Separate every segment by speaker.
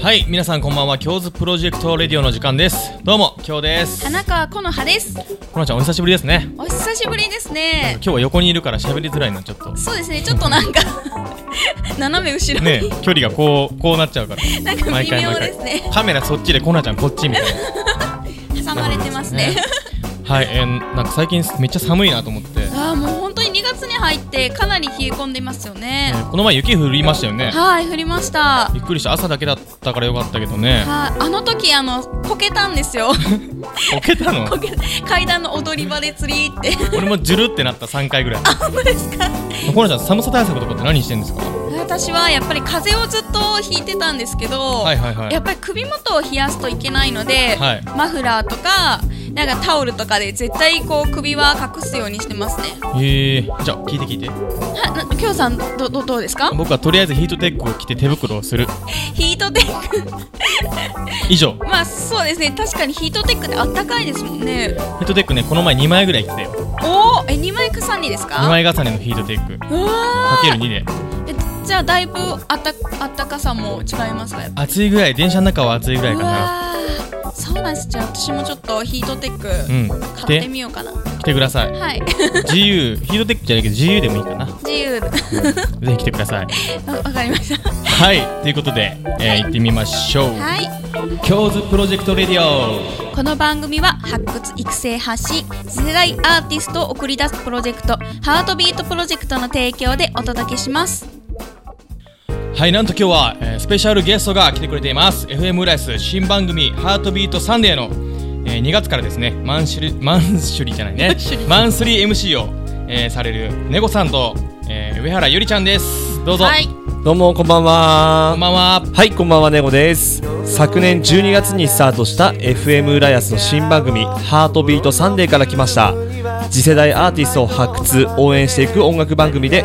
Speaker 1: はい皆さんこんばんは京ズプロジェクトレディオの時間ですどうも京です
Speaker 2: 花川この葉です
Speaker 1: こなちゃんお久しぶりですね
Speaker 2: お久しぶりですね
Speaker 1: 今日は横にいるから喋りづらいなちょっ と
Speaker 2: そうですねちょっとなんか 斜め後ろに、
Speaker 1: ね距離がこうこうなっちゃうから
Speaker 2: なんか微妙ですね
Speaker 1: カメラそっちでこなちゃんこっちみたいな
Speaker 2: 挟まれてますね
Speaker 1: ねはいえー、なんか最近めっちゃ寒いなと思って、ね
Speaker 2: ああもう本当に2月に入ってかなり冷え込んでいますよね
Speaker 1: この前雪降りましたよね
Speaker 2: はい降りました
Speaker 1: びっくりした朝だけだったからよかったけどね
Speaker 2: はいあの時あのこけたんで すよ
Speaker 1: こけたの
Speaker 2: こけ階段の踊り場で釣りって
Speaker 1: 俺もジュルってなった3回ぐらい
Speaker 2: 本当ですか
Speaker 1: こなちゃん寒さ対策とかって何してんですか
Speaker 2: 私はやっぱり風邪をずっとひいてたんですけど、
Speaker 1: はいはいはい
Speaker 2: やっぱり首元を冷やすといけないので、
Speaker 1: はい
Speaker 2: マフラーとかなんかタオルとかで絶対こう首は隠すようにしてますね。
Speaker 1: えー、じゃあ聞いて聞いて
Speaker 2: はなきょうさんどどどうですか？
Speaker 1: 僕はとりあえずヒートテックを着て手袋をする
Speaker 2: ヒートテック
Speaker 1: 以上
Speaker 2: まあそうですね確かにヒートテックってあったかいですもんね。
Speaker 1: ヒートテックねこの前2枚ぐらい着てたよ
Speaker 2: おおえ二枚重ねですか？
Speaker 1: 2枚重ねのヒートテックか
Speaker 2: うわ
Speaker 1: ける2で
Speaker 2: ーえじゃあだいぶあったあったかさも違いますか？やっぱ
Speaker 1: 暑いぐらい電車の中は暑いぐらいうかな
Speaker 2: わーそうなんですじゃあ私もちょっとヒートテック
Speaker 1: うん
Speaker 2: 買って
Speaker 1: 着て
Speaker 2: みようかな。
Speaker 1: 着てください
Speaker 2: はい
Speaker 1: 自由ヒートテックじゃないけど自由でもいいかな
Speaker 2: 自由 だ。
Speaker 1: ぜひ来てください
Speaker 2: あわかりました。
Speaker 1: はいということで、えー行ってみましょう
Speaker 2: はい。
Speaker 1: 京ズプロジェクトレディオ
Speaker 2: この番組は発掘育成発信次世代アーティストを送り出すプロジェクトハートビートプロジェクトの提供でお届けします。
Speaker 1: はいなんと今日は、えースペシャルゲストが来てくれています FM 浦安新番組「ハートビートサンデーの、えー2月からですねマンシュリマンシュリじゃないねマンスリー MC を、えーされるネゴさんと、えー上原ゆりちゃんですどうぞ、
Speaker 2: はい。
Speaker 3: どうもこんばんは
Speaker 1: こんばんは
Speaker 3: はいこんばんはネゴです昨年12月にスタートした FM 浦安の新番組「ハートビートサンデー」から来ました次世代アーティストを発掘応援していく音楽番組で、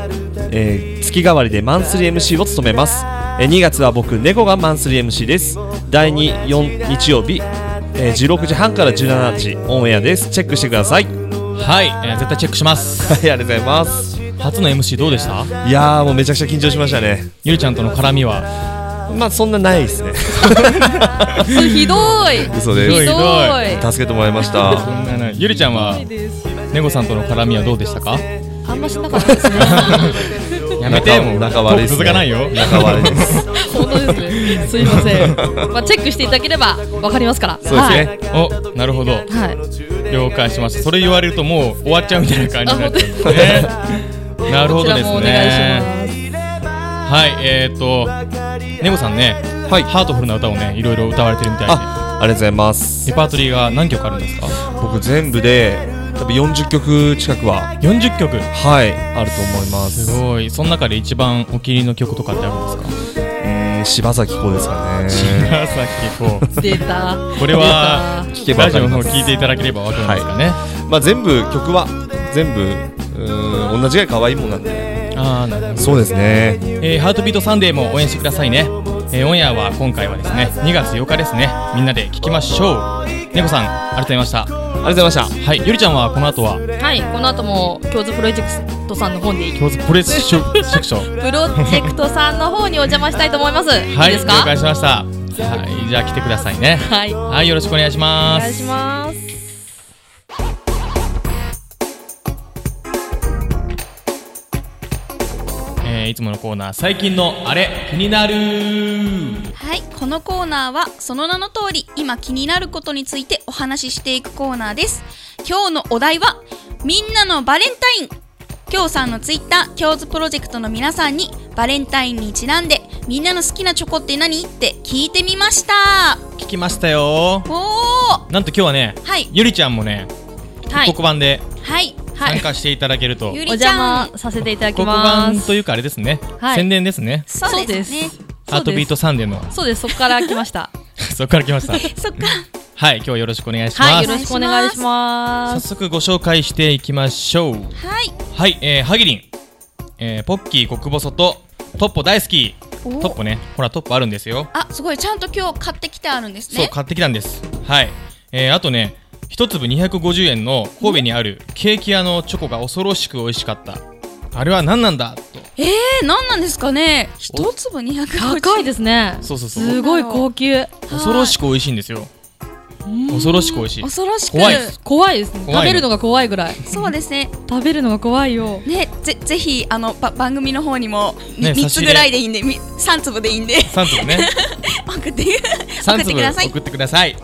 Speaker 3: えー月替わりでマンスリー MC を務めます、えー2月は僕ネゴがマンスリー MC です第24日曜日、えー16時半から17時オンエアですチェックしてくださいはい
Speaker 1: はい、えー絶対チェックします
Speaker 3: あ りがとうございます
Speaker 1: 初の MC どうでした
Speaker 3: いやーもうめちゃくちゃ緊張しましたね
Speaker 1: ゆりちゃんとの絡みは
Speaker 3: まあそんなないですね
Speaker 2: ひどい。
Speaker 3: 嘘
Speaker 1: ひ
Speaker 3: で
Speaker 1: ど
Speaker 3: す
Speaker 1: い
Speaker 2: ひどい。
Speaker 3: 助けてもらいま した。
Speaker 1: ゆりちゃんはネゴさんとの絡みはどうでしたか
Speaker 4: あんましなかったですね。
Speaker 1: やめて
Speaker 3: 仲
Speaker 1: もう
Speaker 3: 仲悪いです、
Speaker 1: トーク続
Speaker 3: ね。
Speaker 1: かないよ
Speaker 3: 仲悪い です。
Speaker 4: 本当ですね。すいません。まあチェックしていただければわかりますから。
Speaker 3: そうですね。
Speaker 1: おなるほど
Speaker 4: はい。はい。
Speaker 1: 了解しましたそれ言われるともう終わっちゃうみたいな感じになっちゃうんですねなるほ
Speaker 4: こち
Speaker 1: ど
Speaker 4: ら
Speaker 1: です
Speaker 4: もお
Speaker 1: ね
Speaker 4: 願いし
Speaker 1: はいえっ、ー、とネゴさんね、はい、ハートフルな歌をねいろいろ歌われてるみたいで
Speaker 3: あ、ありがとうございます
Speaker 1: レ。パートリーが何曲あるんですか
Speaker 3: 僕全部で多分40曲近くは
Speaker 1: 40曲
Speaker 3: はいあると思いますす。
Speaker 1: ごいその中で一番お気に入りの曲とかってあるん ですか
Speaker 3: うん柴咲コウですかね。
Speaker 1: 岩崎 こう
Speaker 4: ます。データ。
Speaker 1: これは
Speaker 3: 聞けば
Speaker 1: ラ
Speaker 3: わ
Speaker 1: ジ
Speaker 3: か
Speaker 1: オ
Speaker 3: り
Speaker 1: の
Speaker 3: ま
Speaker 1: 方
Speaker 3: す。
Speaker 1: 聞いていただければわかるんですかね、
Speaker 3: まあ全部曲は全部うん同じぐらい可愛いもんなんで。
Speaker 1: ああなるほど
Speaker 3: そうですね。
Speaker 1: えーハートビートサンデーも応援してくださいね、えーオンエアは今回はですね2月8日ですねみんなで聞きましょう猫さん改めましたは
Speaker 3: ありがとうございまし
Speaker 1: いゆりちゃんはこの後は
Speaker 4: はい。この後も京都プロジェクトさんの方に
Speaker 1: 京都プロレスショクション
Speaker 4: プロジェクトさんの方にお邪魔したいと思います。
Speaker 1: はい
Speaker 4: いですか？
Speaker 1: 了解しましたはいじゃあ来てくださいね
Speaker 4: はい。お
Speaker 1: はいよろしくお願いします
Speaker 4: 願いします。
Speaker 1: えーいつものコーナー最近のあれ気になる
Speaker 2: はい。このコーナーはその名の通り今気になることについてお話ししていくコーナーです。今日のお題はみんなのバレンタイン。きょうさんのツイッター、きょうずプロジェクトの皆さんにバレンタインにちなんでみんなの好きなチョコって何って聞いてみました。
Speaker 1: 聞きましたよ
Speaker 2: おお。
Speaker 1: なんと今日はね
Speaker 2: はい。
Speaker 1: ゆりちゃんもね
Speaker 4: はい。
Speaker 1: 黒板で
Speaker 2: はい。
Speaker 4: は
Speaker 1: 参
Speaker 4: い。
Speaker 1: 加していただけると、
Speaker 2: ゆり
Speaker 4: お
Speaker 2: ち
Speaker 4: 邪
Speaker 2: ゃん。
Speaker 4: 魔させていただき
Speaker 1: 黒
Speaker 4: ま
Speaker 1: 板
Speaker 4: す。
Speaker 1: というかあれですね、
Speaker 4: はい
Speaker 1: 宣伝ですね
Speaker 2: そうですね。
Speaker 1: ハートビート。サンデーの
Speaker 4: そうです。そうですそこから来ました。
Speaker 1: そこから来ました
Speaker 2: そっか。
Speaker 1: はい、今日はよろしくお願いします。
Speaker 4: はい。よろしくお願いしま
Speaker 1: 早
Speaker 4: す。
Speaker 1: 速ご紹介していきましょう。
Speaker 2: はい。
Speaker 1: はい、えー、ハギリン、えー、ポッキー極細とトッポ大好き。
Speaker 2: お
Speaker 1: トッポね、ほらトッポあるんですよ。
Speaker 2: あ、すごい。ちゃんと今日買ってきてあるんです
Speaker 1: そう
Speaker 2: ね。
Speaker 1: 買ってきたんです。はい、えー、あとね、一粒250円の神戸にあるケーキ屋のチョコが恐ろしく美味しかった。あれは何なんだと
Speaker 2: えー、何なんですかね一粒250
Speaker 4: 高いですね
Speaker 1: そうそうそう
Speaker 4: すごい高級
Speaker 1: 恐ろしく美味しいんですよ恐ろしく美味しい
Speaker 2: 恐ろしく
Speaker 1: 怖いです
Speaker 4: 怖いですね
Speaker 1: 怖いの
Speaker 4: 食べるのが怖いぐらい
Speaker 2: そうですね
Speaker 4: 食べるのが怖いよ
Speaker 2: ねぜぜひあのば番組の方にも、
Speaker 1: ね
Speaker 2: ね、3
Speaker 1: 差し
Speaker 2: つ
Speaker 1: 入れ
Speaker 2: ぐらいでいいんでみ3粒でいいんで
Speaker 1: 三粒ね
Speaker 2: 送って送
Speaker 1: 三
Speaker 2: って
Speaker 1: 粒
Speaker 2: ください
Speaker 1: 送ってくだ さい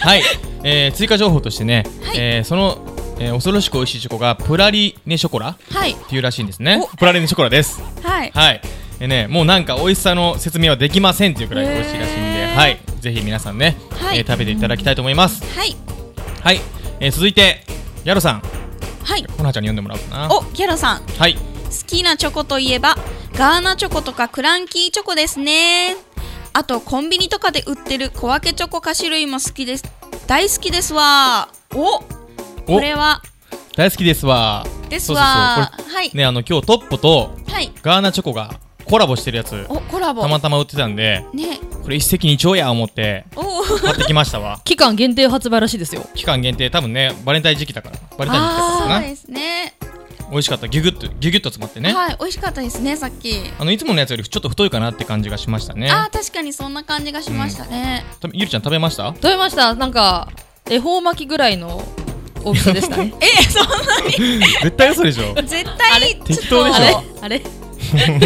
Speaker 1: はい、えー、追加情報としてね、えーその、えー恐ろしく美味しいチョコがプラリネショコラっ
Speaker 2: はい
Speaker 1: ていうらしいんですね
Speaker 2: お
Speaker 1: プラリネショコラです
Speaker 2: はい
Speaker 1: はいでねもうなんか美味しさの説明はできませんっていうくらい美味しいらしいんで、
Speaker 2: へー
Speaker 1: はいぜひ皆さんね、
Speaker 2: はい
Speaker 1: えー食べていただきたいと思います
Speaker 2: はい
Speaker 1: はい、えー続いてヤロさん
Speaker 2: はい
Speaker 1: ほなちゃんに読んでもらおうかな
Speaker 2: おギャロさん好
Speaker 1: はい
Speaker 2: きなチョコといえばガーナチョコとかクランキーチョコですねあとコンビニとかで売ってる小分けチョコ菓子類も好きです大好きですわお
Speaker 1: お
Speaker 2: これは
Speaker 1: 大好きですわ
Speaker 2: ですわ
Speaker 1: そうそうそうこ
Speaker 2: はい
Speaker 1: れねあの今日トッポと
Speaker 2: はい
Speaker 1: ガーナチョコがコラボしてるやつ
Speaker 2: おコラボ
Speaker 1: たまたま売ってたんで
Speaker 2: ね
Speaker 1: これ一石二鳥や思って
Speaker 2: お
Speaker 1: 買ってきましたわ
Speaker 4: 期間限定発売らしいですよ
Speaker 1: 期間限定多分ねバレンタイン時期だからバレンタイン時期だ
Speaker 2: そう
Speaker 1: からか
Speaker 2: ですね
Speaker 1: な美味しかったギュギュッとギュギュッと詰まってね、
Speaker 2: はい美味しかったですねさっき
Speaker 1: あのいつものやつよりちょっと太いかなって感じがしましたね
Speaker 2: あー確かにそんな感じがしましたね、
Speaker 1: たゆりちゃん食べました
Speaker 4: 食べましたなんか恵方巻きぐらいの大きさでし たね
Speaker 2: えそん
Speaker 1: 絶対嘘でしょ
Speaker 2: な絶対ちょっと
Speaker 1: 適当でしょ
Speaker 4: あれあれ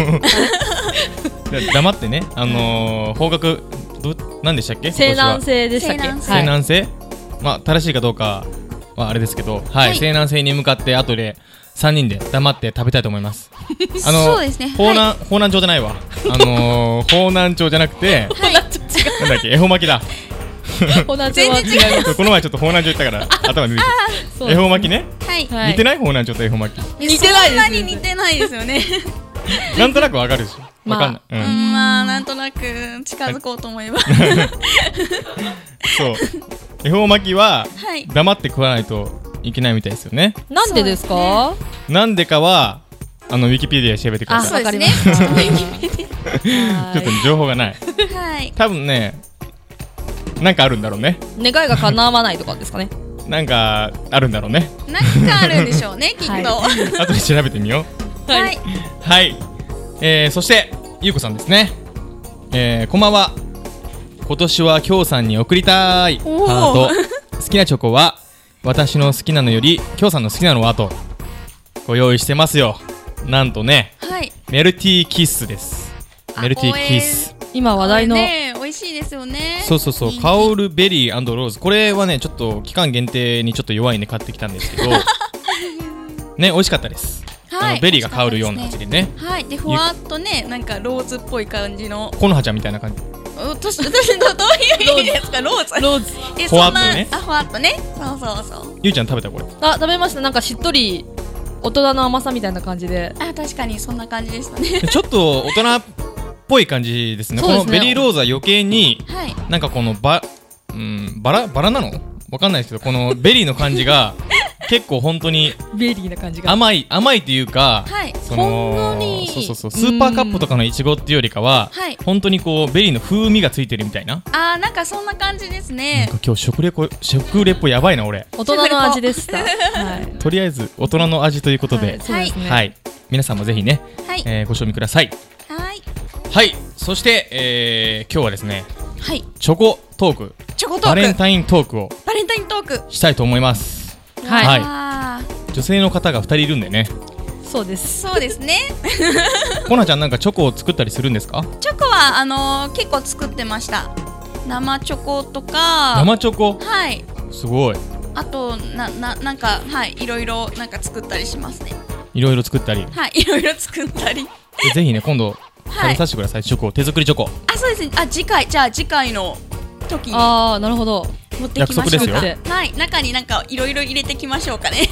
Speaker 1: いや黙ってねあのー、方角ど何でしたっけ
Speaker 4: 西南
Speaker 1: 西
Speaker 4: 西でしたっけ
Speaker 2: 西南西
Speaker 4: は
Speaker 1: 西
Speaker 4: い
Speaker 1: 南西、まあ正しいかどうかはあれですけどはい、
Speaker 2: はい
Speaker 1: 西南西に向かって後で3人で黙って食べたいと思いますあの
Speaker 2: そうですね
Speaker 1: 方南、方南町じゃないわあのー、方南町じゃなくて
Speaker 2: はい、
Speaker 1: なんだっけ恵方巻きだ
Speaker 4: 同
Speaker 2: 全
Speaker 4: じ
Speaker 2: 然違
Speaker 4: 違
Speaker 1: この前ちょっと方南町行ったから頭出てき
Speaker 4: そう
Speaker 1: た恵方巻きね、
Speaker 2: はい、
Speaker 4: はい
Speaker 1: 似てない方南町と恵方巻き
Speaker 4: 似てないです
Speaker 2: そんなに似てないですよね
Speaker 1: なんとなくわかるでしょ
Speaker 4: ま
Speaker 1: わ
Speaker 4: あ
Speaker 1: かんない、
Speaker 2: う
Speaker 1: うん
Speaker 2: んまあなんとなく近づこうと思 えば
Speaker 1: そう恵方巻きは
Speaker 2: はい
Speaker 1: 黙って食わないといけないみたいですよね
Speaker 4: なんでですか
Speaker 1: なんでかはあのウィキペディアで調べてくだ
Speaker 4: あ
Speaker 1: さい
Speaker 2: そ
Speaker 4: わ
Speaker 2: うで
Speaker 4: か
Speaker 2: す
Speaker 4: り
Speaker 2: ね
Speaker 4: ました
Speaker 1: ちょっと情報がない
Speaker 2: はい
Speaker 1: 多分ねなんかあるんだろうね
Speaker 4: 願いが叶わないとかですかね
Speaker 1: なんかあるんだろうね
Speaker 2: なんかあるんでしょうね きっとは
Speaker 4: はいい、
Speaker 1: 後で調べてみよ
Speaker 2: はい、
Speaker 1: うはい、えー、そしてゆうこさんですねえー、こんばんは今年はきょうさんに送りたい
Speaker 2: おー
Speaker 1: ハート好きなチョコは私の好きなのよりきょうさんの好きなのはとご用意してますよなんとね
Speaker 2: はい、
Speaker 1: メルティーキッスです
Speaker 2: あ
Speaker 1: メルティーキッス
Speaker 4: 今話題の
Speaker 2: ね美味しいですよね
Speaker 1: そうそうそう、
Speaker 2: 人気
Speaker 1: カオルベリーローズ、これはね、ちょっと期間限定にちょっと弱いんで買ってきたんですけ ど、ね、美味しかったです。
Speaker 2: はい
Speaker 1: あのベリーが香るよう
Speaker 2: 美
Speaker 1: な
Speaker 2: 味し
Speaker 1: 味
Speaker 2: かっ
Speaker 1: でね、
Speaker 2: たですねはいでふわっとねなんかローズっぽい感じの
Speaker 1: このはちゃんみたいな感じ。
Speaker 2: お とし私どどういう意味ですかローズ
Speaker 4: ローズ
Speaker 2: え
Speaker 1: ほわっとね
Speaker 2: そんなあふわっとねそうそうそう
Speaker 1: ゆうちゃん食べたこれ。
Speaker 4: あ食べましたなんかしっとり大人の甘さみたいな感じで
Speaker 2: あ確かにそんな感じでし たね
Speaker 1: ちょっと大人っぽい感じですね。
Speaker 4: そうで
Speaker 1: こ
Speaker 4: すね
Speaker 1: のベリーローズは余計に、
Speaker 2: はい
Speaker 1: なんかこのバ、うん、バラ、バラなのわかんないですけど、このベリーの感じが、結構本当に
Speaker 4: ベリーな感じが
Speaker 1: 甘い、甘いというか、
Speaker 2: はい
Speaker 1: そ
Speaker 4: ほ
Speaker 1: の
Speaker 4: んのり
Speaker 1: そうそうそうスーパーカップとかのいちごっていうよりかは、
Speaker 2: うんはい
Speaker 1: 本当にこうベリーの風味がついてるみたいな
Speaker 2: あーなんかそんな感じですね
Speaker 1: なんか今日食レポ食レポやばいな俺
Speaker 4: 大人の味で したはい
Speaker 1: とりあえず大人の味ということで、
Speaker 4: そうです
Speaker 1: はい
Speaker 4: ね
Speaker 1: 皆さんもぜひね、
Speaker 2: はい
Speaker 1: えーご賞味ください
Speaker 2: はい
Speaker 1: はいそして、えー今日はですね
Speaker 2: はい
Speaker 1: チョコトーク
Speaker 2: チョコトーク
Speaker 1: バレンタイントークを
Speaker 2: バレンタイントーク
Speaker 1: したいと思います
Speaker 4: はい
Speaker 1: はい
Speaker 2: あー
Speaker 1: 女性の方が2人いるんでね
Speaker 4: そうです
Speaker 2: そうですね
Speaker 1: コナちゃんなんかチョコを作ったりするんですか
Speaker 2: チョコはあのー、結構作ってました生チョコとか
Speaker 1: 生チョコ
Speaker 2: はい
Speaker 1: すごい
Speaker 2: あとなななんかはいいろいろなんか作ったりしますね
Speaker 1: いろいろ作ったり
Speaker 2: はい いろいろ作ったり
Speaker 1: でぜひね今度
Speaker 2: は
Speaker 1: 食べ
Speaker 2: い
Speaker 1: させてください、チョコを手作りチョコ
Speaker 2: あそうですねあ次回じゃあ次回の時に
Speaker 4: ああなるほど
Speaker 2: 持ってきましょう
Speaker 1: 約
Speaker 2: か
Speaker 1: 束
Speaker 4: です
Speaker 2: はい中になんかいろいろ入れてきましょう かね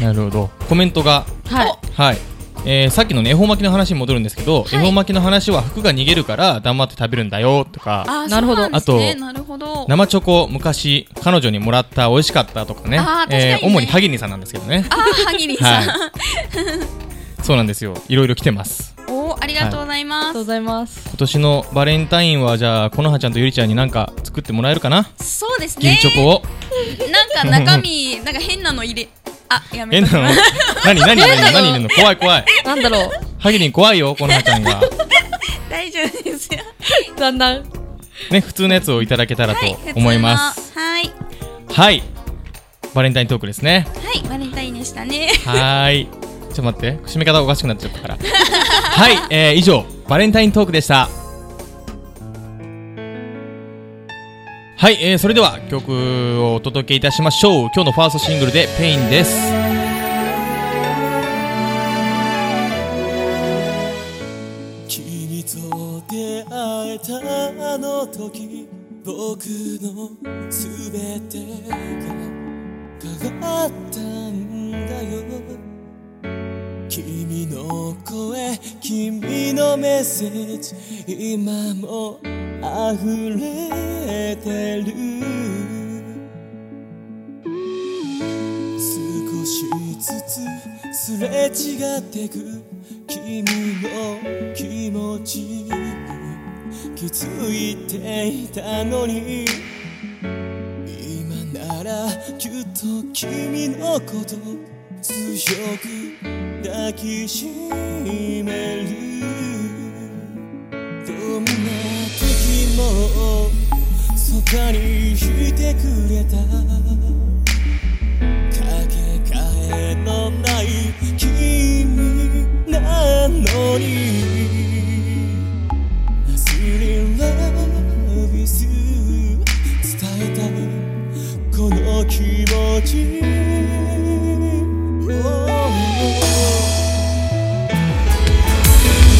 Speaker 1: なるほどコメントが
Speaker 4: はい
Speaker 1: はい、えーさっきのね恵方巻きの話に戻るんですけど、
Speaker 2: はい
Speaker 1: 恵方巻きの話は服が逃げるから黙って食べるんだよとか
Speaker 2: あ
Speaker 4: なるほど
Speaker 2: そうなんですね
Speaker 1: あと
Speaker 2: なるほど
Speaker 1: 生チョコ昔彼女にもらった美味しかったとかね
Speaker 2: あー確かにね
Speaker 1: えー主に萩にさんなんですけどね
Speaker 2: あー、はぎりさん。
Speaker 1: はそうなんですよいろいろ来てます
Speaker 2: おー、ありがとうござい
Speaker 4: ありが
Speaker 2: ま
Speaker 4: と
Speaker 2: す。
Speaker 4: うございます
Speaker 1: 今年のバレンタインはじゃあこのはちゃんとゆりちゃんになんか作ってもらえるかな
Speaker 2: そうですね。
Speaker 1: 銀チョコを
Speaker 2: なんか中身、なんか変なの入れ、あ、やめ
Speaker 1: 変
Speaker 2: と
Speaker 1: な
Speaker 2: き
Speaker 1: の
Speaker 2: ます。
Speaker 1: 何何
Speaker 4: 変なの
Speaker 1: 何何何の怖い怖い
Speaker 4: なんだろ
Speaker 1: ハギリン怖いよこのはちゃんが
Speaker 2: 大丈夫ですよ。
Speaker 4: う。 だんだん。
Speaker 1: ね普通のやつをいただけたらと
Speaker 2: はい、普通
Speaker 1: 思い
Speaker 2: の
Speaker 1: ます
Speaker 2: はい。
Speaker 1: はいバレンタイントークですね
Speaker 2: はい、バレンタインでしたね。
Speaker 1: はーいちょっと待って締め方おかしくなっちゃったからはい、えー、以上バレンタイントークでしたはい、えー、それでは曲をお届けいたしましょう今日のファーストシングルで「ペインです
Speaker 5: 君と出会えたあの時僕の全てが変わったんだよ君の声君のメッセージ今も溢れてる少しずつすれ違ってく君の気持ちに気づいていたのに今ならきっと君のこと強く抱きしめるどんな時もそばにいてくれたかけがえのない君なのに Still love is you 伝えたいこの気持ち Oh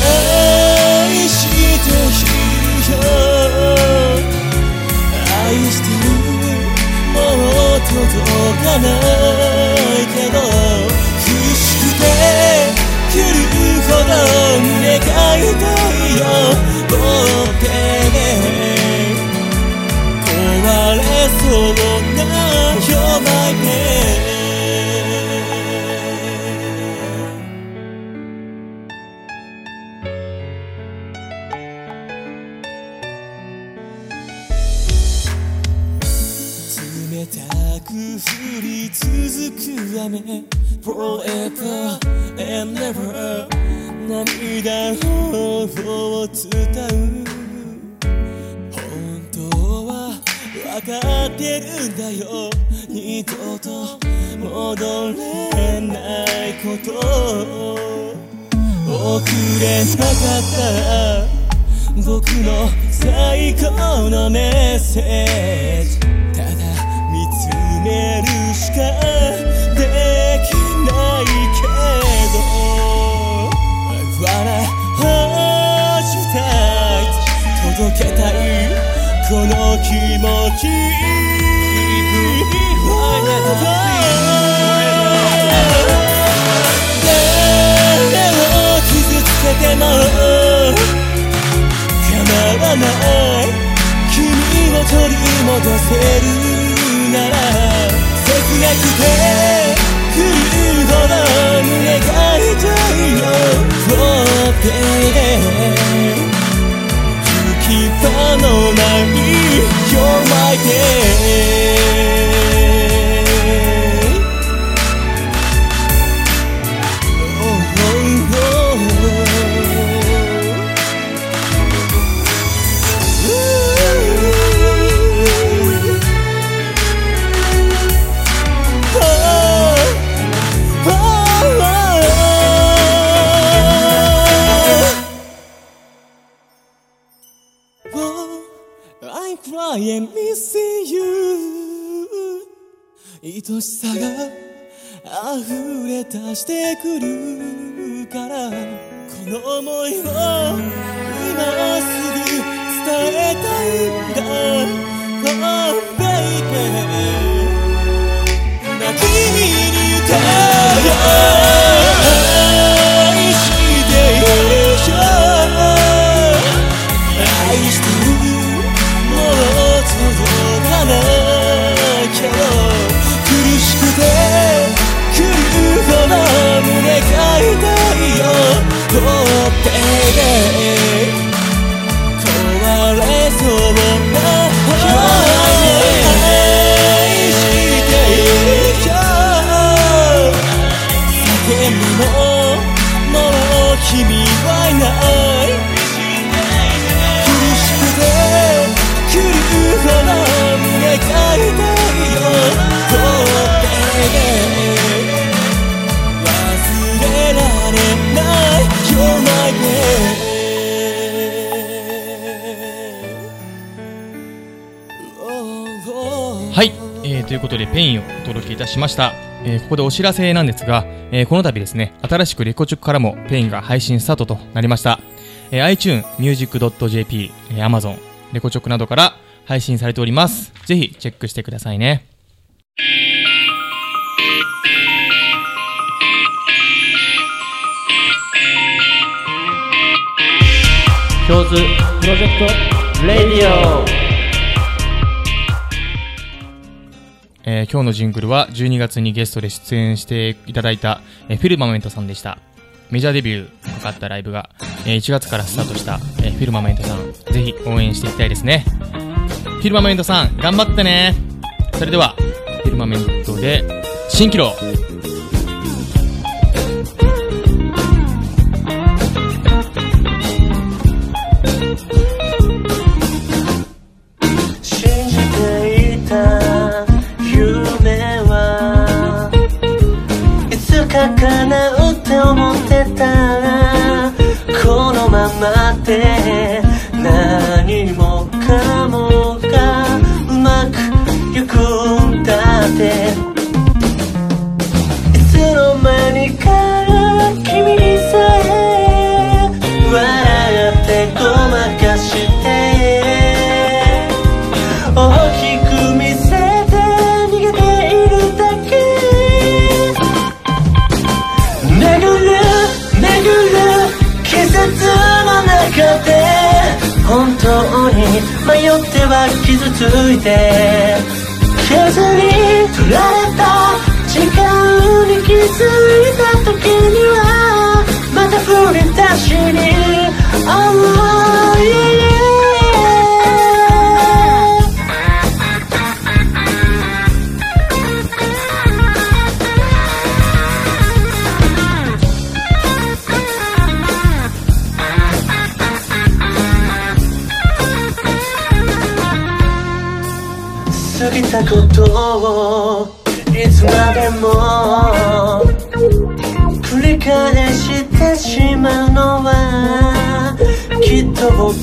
Speaker 5: 愛してるよ愛してるもう届かないけど苦しくて来るほど願いたいよもう手で壊れそうな You're my man 冷たく降り続く雨 Forever and never 涙を伝う本当は分かってるんだよ二度と戻れないこと遅れなかった僕の最高のメッセージただ見つめるしかできないけど I wanna hold you tight 届けたいこの気持ち Oh, oh, oh. 誰を傷つけても構わない君を取り戻せるなら切なくて来るほど願いたいよ Oh baby 行き場のない You're my day Oh, I'm crying, missing you. 愛しさが溢れ出してくるからこの想いを今すぐ伝えたいんだ Oh baby 泣きに歌うよ愛しているよ愛してるもう届かないけど苦しくて来るほど胸が痛いよ Oh baby 壊れそうな愛しているよ
Speaker 6: 君はいない苦しくて狂うほど胸が痛いよ Oh baby 忘れられない You're my baby
Speaker 1: はい、えーということでペインをお届けいたしました、えーここでお知らせなんですが、えーこの度ですね新しくレコチュックからもペインが配信スタートとなりました、えー iTune music.jp、えー Amazon レコチョクなどから配信されておりますぜひチェックしてくださいね
Speaker 5: 京ズプロジェクトレディオ
Speaker 1: えー今日のジングルは12月にゲストで出演していただいた、えーフィルマメントさんでした。メジャーデビューのかったライブが、えー1月からスタートした、えーフィルマメントさん、ぜひ応援していきたいですね。フィルマメントさん、頑張ってねそれでは、フィルマメントで、新キロ
Speaker 5: 信じていた夢はいつか叶うって思ってたこのままで何もかもがうまくいくんだっていつの間にか君さえ笑ってごまかして大きく見せて逃げているだけ巡る巡る季節の中で本当に迷っては傷ついて削り取られた時間に気づいた時にはまた振り出しに Oh yeah 過ぎたことをいつまでも繰り返してしまうのはきっと僕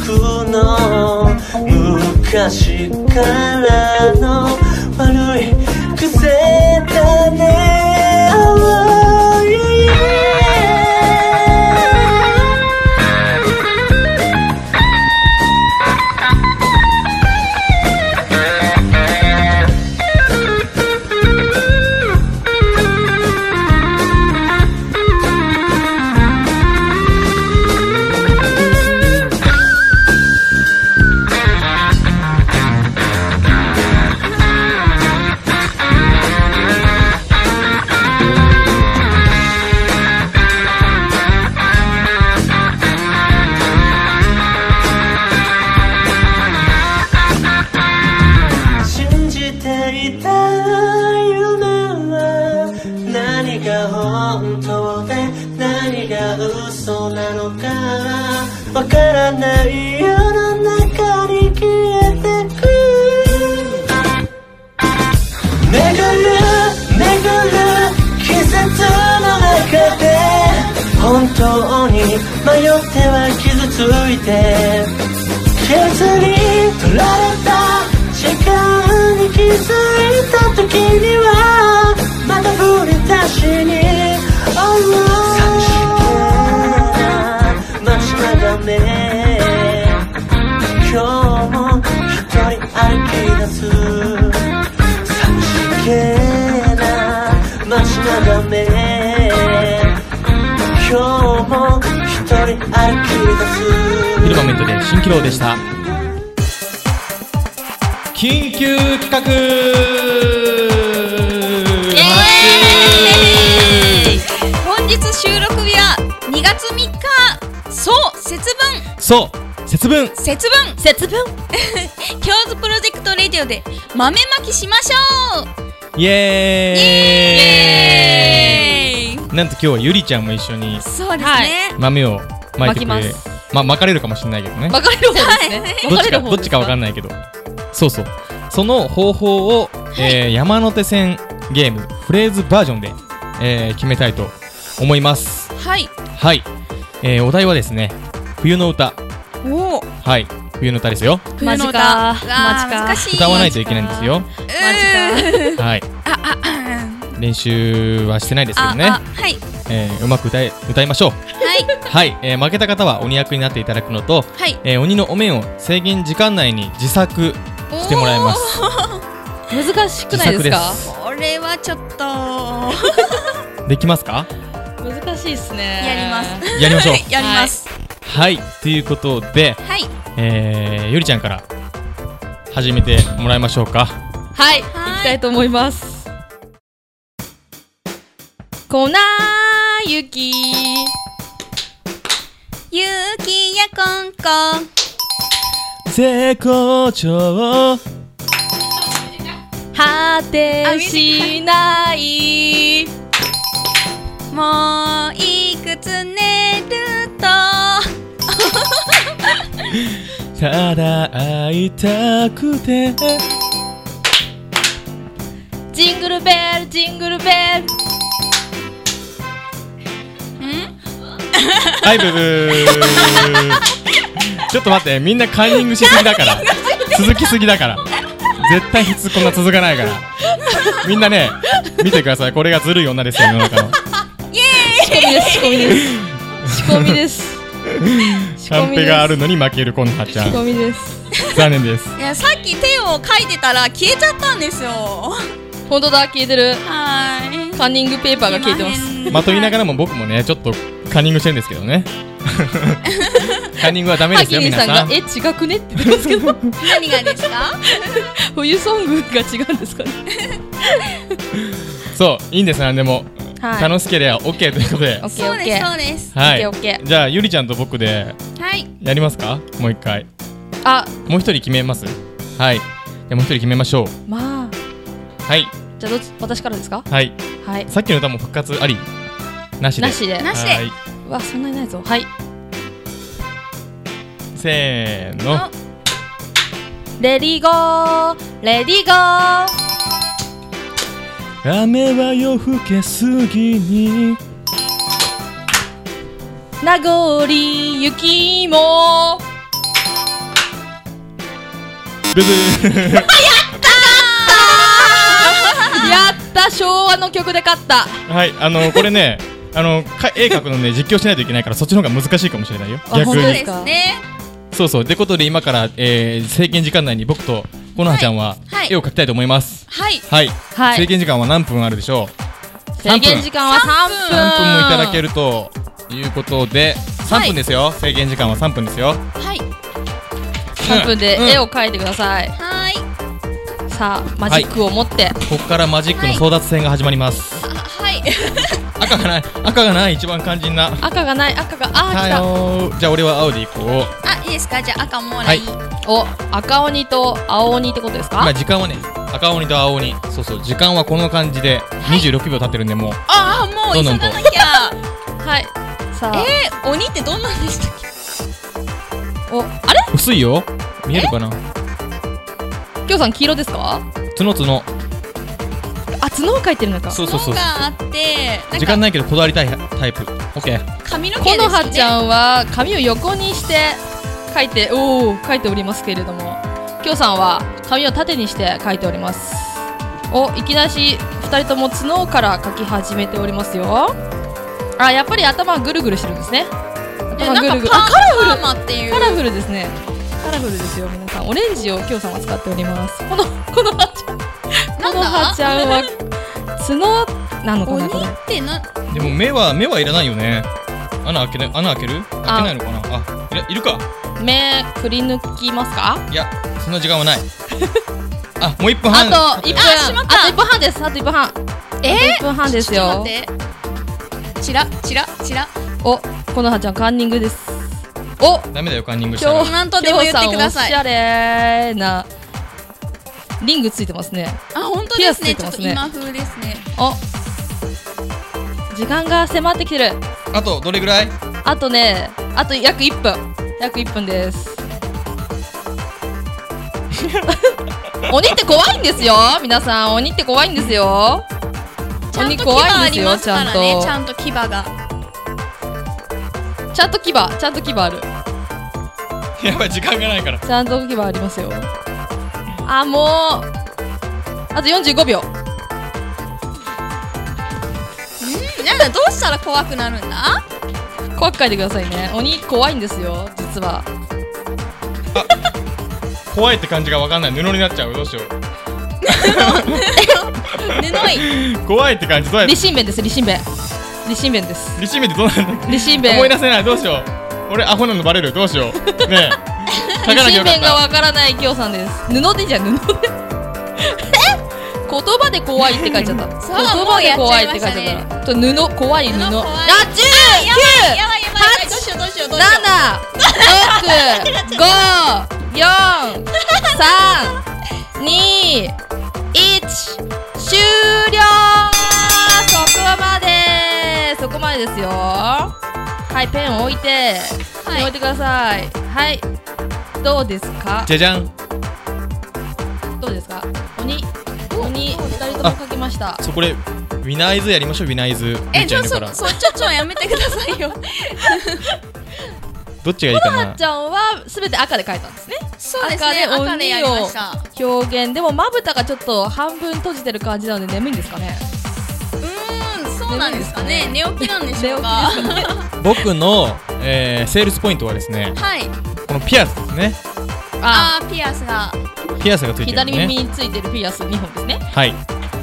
Speaker 5: の昔からの悪い癖だね Oh, yeah. 信じていた夢は何が本当で何が嘘なのかわからない世の中に消えてく巡る巡る季節の中で本当に迷っては傷ついて削り取られた時間に気づいた時にはまた振り出しに Oh, oh 寂しげな街眺め今日も一人歩き出すけな街眺め今日も一人歩き出
Speaker 1: フ
Speaker 5: す
Speaker 1: ィルマメントで新キロでした。緊急企画
Speaker 2: イエーイ 本日収録日は2月3日そう節分
Speaker 1: そう節分
Speaker 2: 節分
Speaker 7: 節分
Speaker 2: 京都プロジェクトレディオで豆まきしましょう
Speaker 1: イエーイ
Speaker 2: イエーイ
Speaker 1: なんと今日はゆりちゃんも一緒に
Speaker 2: そうです
Speaker 4: は
Speaker 2: ね。
Speaker 1: 豆を巻いてく
Speaker 4: 巻
Speaker 1: れ
Speaker 4: き
Speaker 1: ま巻かれるかもしれないけどね
Speaker 4: 分かれる方ですね。
Speaker 1: どっちかどっちかわかん
Speaker 4: ない。
Speaker 1: ないけどそうそうその方法を、えー山手線ゲームフレーズバージョンで、えー決めたいと思います
Speaker 2: はい。
Speaker 1: はい、えーお題はですね冬の歌
Speaker 2: おお。
Speaker 1: はい冬の歌ですよ
Speaker 4: マジ
Speaker 2: 冬の
Speaker 4: か
Speaker 2: 歌わあ
Speaker 4: マジか
Speaker 2: 難しい。
Speaker 1: 歌わないといけないんですよ
Speaker 2: マジ
Speaker 1: はい練習はしてないですけど
Speaker 2: あ、
Speaker 1: ね
Speaker 2: あ、はい。
Speaker 1: えーうまく歌え歌いましょう
Speaker 2: はい。
Speaker 1: はい、えー負けた方は鬼役になっていただくのと、
Speaker 2: はい。
Speaker 1: えー鬼のお面を制限時間内に自作してもらいます
Speaker 4: 難しく
Speaker 1: 自
Speaker 4: ないで
Speaker 1: 作
Speaker 4: す
Speaker 1: で
Speaker 4: か？
Speaker 1: す
Speaker 2: これはちょっと
Speaker 1: できますか
Speaker 4: 難しいですね。
Speaker 2: やります。
Speaker 1: やりましょう
Speaker 2: やります。
Speaker 1: はいということで、
Speaker 2: はい。
Speaker 1: えー、ゆりちゃんから始めてもらいましょうか
Speaker 4: はい、
Speaker 2: はい
Speaker 4: 行きたいと思います。粉雪
Speaker 2: ゆうきやこんこん。
Speaker 1: 絶好調
Speaker 4: 果てしない
Speaker 2: もういくつ寝ると
Speaker 1: ただ会いたくて
Speaker 4: ジングルベルジングルベル
Speaker 1: はいブブーちょっと待ってみんなカンニングしすぎだから続きすぎだから絶対普通こんな続かないからみんなね見てくださいこれがずるい女ですよ世の中の
Speaker 4: 仕込みです仕込みです仕込みです仕
Speaker 1: カ
Speaker 4: 込
Speaker 1: ン
Speaker 4: みで
Speaker 1: ペ
Speaker 4: す
Speaker 1: があるのに負けるこのはちゃ
Speaker 4: 仕
Speaker 1: ん
Speaker 4: 込みです
Speaker 1: 残念です
Speaker 2: いやさっき手を書いてたら消えちゃったんですよは
Speaker 4: 本当だ消えてる
Speaker 2: ーい
Speaker 4: カンニングペーパーが消えてます
Speaker 2: す
Speaker 1: まと言いながらも僕もねちょっとカンニングしてるんですけどねカンニングはダメ
Speaker 4: ハ
Speaker 1: です
Speaker 4: ギ
Speaker 1: よ
Speaker 4: リ
Speaker 1: 皆
Speaker 4: さん
Speaker 1: さ
Speaker 4: が
Speaker 1: ん
Speaker 4: え違くねって言ってますけど
Speaker 2: 何がですか
Speaker 4: 冬ソングが違うんですかね
Speaker 1: そういいんです何でも、
Speaker 4: はい
Speaker 1: 楽しければ OK ということで
Speaker 4: オッケー
Speaker 2: そ
Speaker 4: オ
Speaker 2: う
Speaker 4: ッ
Speaker 2: で
Speaker 4: ケ
Speaker 2: すそう
Speaker 4: ー
Speaker 2: です
Speaker 1: はい
Speaker 4: OK
Speaker 1: じゃあゆりちゃんと僕で
Speaker 2: はい
Speaker 1: やりますかもう一回
Speaker 4: あ
Speaker 1: もう一人決めますはいじゃあもう一人決めましょう
Speaker 4: まあ
Speaker 1: はい
Speaker 4: じゃあどっち私からですか
Speaker 1: はい
Speaker 4: はい
Speaker 1: さっきの歌も復活ありなしで
Speaker 4: なしで
Speaker 2: なし
Speaker 1: は
Speaker 2: で
Speaker 1: いう
Speaker 4: わそんなにないぞはい
Speaker 1: せーの
Speaker 2: の
Speaker 4: レディーゴーレディーゴー
Speaker 1: 雨は夜更けすぎに
Speaker 4: 名残 雪も
Speaker 1: ブブー
Speaker 4: やった昭和の曲で勝った
Speaker 1: はいあのこれねあのか絵描くのね実況しないといけないからそっちの方が難しいかもしれないよ
Speaker 4: あ
Speaker 1: 逆
Speaker 4: 本
Speaker 2: そう
Speaker 4: 当
Speaker 1: に
Speaker 2: ですね
Speaker 1: そうそうってことで今から、えー、制限時間内に僕とコノハちゃんは
Speaker 2: はい
Speaker 1: 絵を描きたいと思います
Speaker 2: はい
Speaker 1: はい、
Speaker 4: はい
Speaker 1: 制限時間は何分あるでしょう
Speaker 4: 制限時間は3分
Speaker 1: 3分もいただけるということで3分ですよ、制限時間は3分ですよ
Speaker 2: はい
Speaker 4: 3分で
Speaker 1: うん
Speaker 4: 絵を描いてください、
Speaker 2: はい
Speaker 4: さあマジックを持って、
Speaker 1: ここからマジックの争奪戦が始まります、
Speaker 2: あはい
Speaker 1: 赤がない赤がない一番肝心な
Speaker 4: 赤がない赤が
Speaker 1: は
Speaker 4: あ
Speaker 1: よーじゃあ俺は青でいこう
Speaker 2: あいいですかじゃあ赤もらい
Speaker 1: は
Speaker 4: ー来たお赤鬼と青鬼ってことですか、
Speaker 1: 今時間はね赤鬼と青鬼そうそう時間はこの感じで26秒経ってるんでもう
Speaker 2: ああもう急がなきゃ
Speaker 4: はいさあ、
Speaker 2: えー鬼ってどんなんでしたっけ
Speaker 4: おあれ
Speaker 1: 薄いよ見えるかな
Speaker 4: きょうさん黄色ですか
Speaker 1: つのつの
Speaker 4: あ角を描いてるのか
Speaker 1: そうそうそう
Speaker 2: のがあって
Speaker 1: 時間
Speaker 2: なんか
Speaker 1: ないけどこだわりたいタイプオッケー
Speaker 2: 髪の毛
Speaker 4: こ
Speaker 2: です
Speaker 4: の
Speaker 2: ね
Speaker 4: はちゃんは髪を横にして描いておお描いておりますけれどもきょうさんは髪を縦にして描いておりますおいきなし2人とも角から描き始めておりますよあやっぱり頭ぐるぐるしてるんですね
Speaker 2: え
Speaker 4: 頭ぐ
Speaker 2: な
Speaker 4: る
Speaker 2: ん
Speaker 4: ぐ
Speaker 2: か
Speaker 4: る
Speaker 2: パ
Speaker 4: あカラフル
Speaker 2: ーマっていう
Speaker 4: カラフルですね。カラフルですよ、皆さん。オレンジをきょうさんは使っております。この、このハちゃん。
Speaker 2: なんだ
Speaker 4: このハちゃんは、角なのか
Speaker 2: 鬼
Speaker 4: な
Speaker 2: っ
Speaker 4: これ。
Speaker 2: てな
Speaker 1: でも目は目はいらないよね穴開けない穴開ける開けないのかなあいらいるか
Speaker 4: 目、くり抜きますか
Speaker 1: いやそんな時間はない あもう1分半
Speaker 4: あと1分
Speaker 2: あしまっ。た
Speaker 4: あと1分半です。あと1分半。
Speaker 2: え
Speaker 4: あと1分半ですよ。
Speaker 2: ちょっと待って。チラチラチラ。
Speaker 4: お、このハちゃん、カンニングです。お、
Speaker 1: ダメだよカンニングしたら
Speaker 2: 今日なんとでも言ってください
Speaker 4: きょうんおしゃれな。リングついてますね。
Speaker 2: あ本当です
Speaker 4: ピ
Speaker 2: ね。
Speaker 4: アスついて
Speaker 2: ちょ
Speaker 4: ま
Speaker 2: っと
Speaker 4: す
Speaker 2: 今
Speaker 4: ね
Speaker 2: 風ですね。
Speaker 4: お時間が迫ってきてる
Speaker 1: あとどれぐらい
Speaker 4: あとねあと約1分約1分です鬼って怖いんですよ皆さん鬼って怖いんですよ
Speaker 2: ちゃん
Speaker 4: 鬼
Speaker 2: と牙
Speaker 4: 怖
Speaker 2: あ
Speaker 4: いん
Speaker 2: り
Speaker 4: です
Speaker 2: ま
Speaker 4: よ
Speaker 2: す
Speaker 4: ち
Speaker 2: から
Speaker 4: ゃん
Speaker 2: ね
Speaker 4: と
Speaker 2: ちゃんと牙が
Speaker 4: ちゃんと牙ちゃんと牙ある
Speaker 1: やばい時間がないから
Speaker 4: ちゃんと牙ありますよあもうあと45秒
Speaker 2: うんなんだどうしたら怖くなるんだ
Speaker 4: 怖く書いてくださいね鬼怖いんですよ実は
Speaker 1: 怖いって感じがわかんない布になっちゃうどうしよう
Speaker 2: ぬの い
Speaker 1: 怖いって感じどうやって
Speaker 4: 理心弁です理心弁理心弁です
Speaker 1: 立身ってどうなんだっ
Speaker 4: 理心
Speaker 1: け
Speaker 4: 弁
Speaker 1: 思い出せないどうしよう俺アホなのバレるどうしようねえ書かなきゃよかっ
Speaker 4: 新面が
Speaker 1: た
Speaker 4: わからないきょうさんです布でじゃん布で言葉で怖いって書いちゃった言
Speaker 2: う
Speaker 4: 葉で怖いって書いち
Speaker 2: もうやっちゃい
Speaker 4: ゃったちょ布怖い布
Speaker 2: 布
Speaker 4: あ
Speaker 2: 怖いや
Speaker 4: 十
Speaker 2: ばいやばいやばいどうしようどうしようどう
Speaker 4: 九
Speaker 2: しよう
Speaker 4: 七 六五四三二一終了そこまでそこまでですよはいペンを置いて、
Speaker 2: はい
Speaker 4: ペン置いてくださいはいどうですか
Speaker 1: じゃじゃん
Speaker 4: どうですか鬼鬼二人ともかけました
Speaker 1: そうこれウィナーイズやりましょうウィナーイズ
Speaker 2: え
Speaker 1: み
Speaker 2: ち
Speaker 1: ちゃ
Speaker 2: ょ
Speaker 1: んいるから
Speaker 2: そそちょちょやめてくださいよ
Speaker 1: どっちがいいかな
Speaker 4: ちゃんはすべて赤で書いたんですね
Speaker 2: そうですね
Speaker 4: 赤で
Speaker 2: 赤でやりました
Speaker 4: 表現でもまぶたがちょっと半分閉じてる感じなので眠いんですかね
Speaker 2: うーんそうなんですかね寝起きなんでしょうか
Speaker 1: 僕の、えーセールスポイントはですね
Speaker 2: はい
Speaker 1: このピアスですね
Speaker 2: あーピアスが
Speaker 1: ピアスがついてる
Speaker 4: 左
Speaker 1: ね
Speaker 4: 耳についてるピアス2本ですね
Speaker 1: はい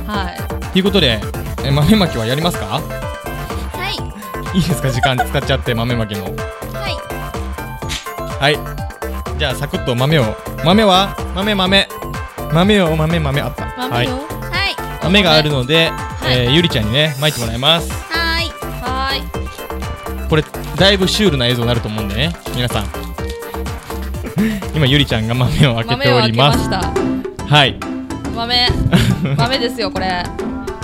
Speaker 4: はい
Speaker 1: ということでえ豆まきはやりますか
Speaker 2: はい
Speaker 1: いいですか時間使っちゃって豆まきの
Speaker 2: はい
Speaker 1: はいじゃあサクッと豆を豆は豆豆豆よ豆豆あったは
Speaker 4: 豆よ
Speaker 1: い、
Speaker 2: はい
Speaker 1: 豆があるので、
Speaker 4: い
Speaker 1: えーゆりちゃんにね巻いてもらいます
Speaker 2: はーい
Speaker 4: はーい
Speaker 1: これだいぶシュールな映像になると思うんでね皆さん今ゆりちゃんが豆を開けて
Speaker 4: 豆を
Speaker 1: お
Speaker 4: 開
Speaker 1: り
Speaker 4: けま
Speaker 1: ます
Speaker 4: した
Speaker 1: はい
Speaker 4: 豆豆ですよこれ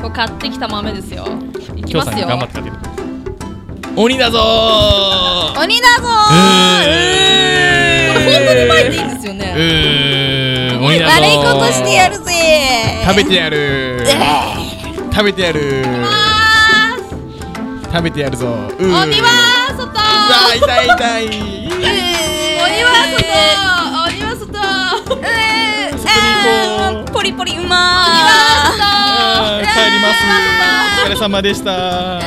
Speaker 4: これ買ってきた豆ですよいき
Speaker 1: きょうさ
Speaker 4: ま
Speaker 1: ん
Speaker 4: すよ
Speaker 1: 頑張って書いてる鬼だぞー
Speaker 2: 鬼だぞ
Speaker 1: えー
Speaker 4: これ本当に巻いていいんですよね
Speaker 1: えー、鬼
Speaker 2: ー
Speaker 1: だぞー
Speaker 2: 悪いことしてやるぜ
Speaker 1: 食べてやるー食べてやるー
Speaker 4: あー
Speaker 1: 食べてやるぞーうー
Speaker 4: 鬼は外
Speaker 1: あー痛い痛い
Speaker 4: 鬼は外鬼は外
Speaker 2: うーんポリポリうま
Speaker 1: あー帰りますお疲れ様でした
Speaker 2: ー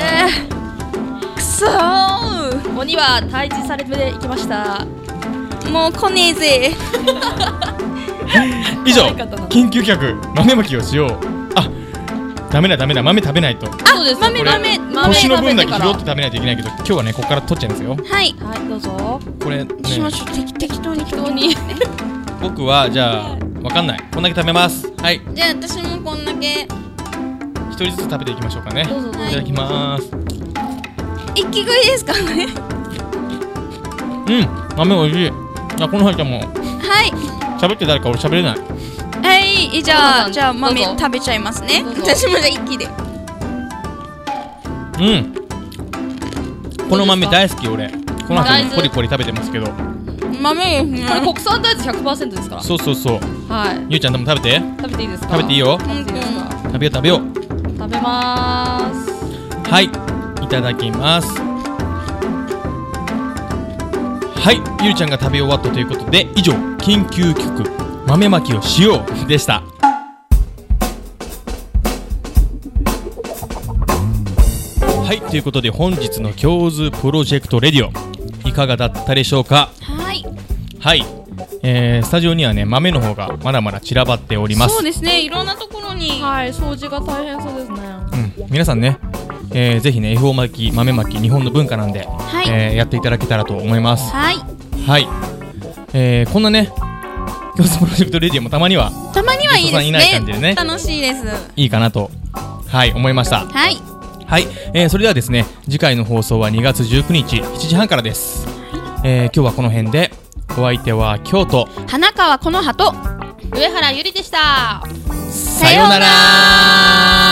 Speaker 2: くそー
Speaker 4: 鬼は退治されていきました
Speaker 2: もう来ねえぜ
Speaker 1: 以上
Speaker 4: 可愛かったな
Speaker 1: 緊急企画豆まきをしようあダメだダメだ豆食べないと
Speaker 4: そうです
Speaker 2: 豆
Speaker 4: これ
Speaker 2: 豆豆
Speaker 1: 星の分だ
Speaker 4: て
Speaker 1: け拾
Speaker 4: か
Speaker 1: っ
Speaker 4: ら
Speaker 1: て食べないといけないけど今日はねここから取っちゃいますよ
Speaker 2: はい
Speaker 4: はいどうぞ
Speaker 1: これ、ね、
Speaker 2: しましょう適適当に適当
Speaker 4: 鬼
Speaker 1: 僕はじゃあわかんないこんだけ食べますはい
Speaker 2: じゃあ私もこんだけ
Speaker 1: 一人ずつ食べていきましょうかね
Speaker 4: どうぞどうぞ
Speaker 1: いただきます
Speaker 2: 一気食いですかね
Speaker 1: うん豆美味しいあこの入ったもん
Speaker 2: はい
Speaker 1: 喋って誰か俺喋れない
Speaker 2: はいじゃあじゃあ豆
Speaker 4: どうぞ
Speaker 2: 食べちゃいますね
Speaker 4: どうぞ
Speaker 2: 私もじゃあ一気で
Speaker 1: うんこの豆大好き俺この後
Speaker 4: 大
Speaker 1: もポ
Speaker 4: 豆
Speaker 1: リポリ食べてますけど
Speaker 2: 豆ですね
Speaker 4: これ国産大豆100%ですから
Speaker 1: そうそうそう
Speaker 4: はい
Speaker 1: ゆうちゃんでも食べて
Speaker 4: 食べていいですか
Speaker 1: 食べていいよ
Speaker 4: 食べていいですか
Speaker 1: 食べよう食べよう
Speaker 4: 食べまーす
Speaker 1: はい、いただきます。はい、ゆりちゃんが食べ終わったということで、以上、緊急企画、豆まきをしようでした。はい、ということで、本日の京図プロジェクトレディオ、いかがだったでしょうか。
Speaker 2: はい
Speaker 1: はい、えー、スタジオにはね、豆の方がまだまだ散らばっております。
Speaker 2: そうですねいろんなところに
Speaker 4: はい掃除が大変そうですね
Speaker 1: うん、皆さんね、えーぜひね、恵方巻き、豆巻き、日本の文化なんで、
Speaker 2: い
Speaker 1: えーやっていただけたらと思います。
Speaker 2: はい
Speaker 1: はい。えーこんなね、教室プロジェクトレディオもたまには
Speaker 2: たまにはいい
Speaker 1: ゲストさんい
Speaker 2: で
Speaker 1: ない
Speaker 2: す
Speaker 1: 感じでね
Speaker 2: ね楽しいです
Speaker 1: いいかなと、はい、思いました。
Speaker 2: はい
Speaker 1: はい、えーそれではですね、次回の放送は2月19日7時半からです。えー今日はこの辺で、お相手は京都。
Speaker 2: 花川この葉と
Speaker 4: 上原ゆりでした
Speaker 1: さようなら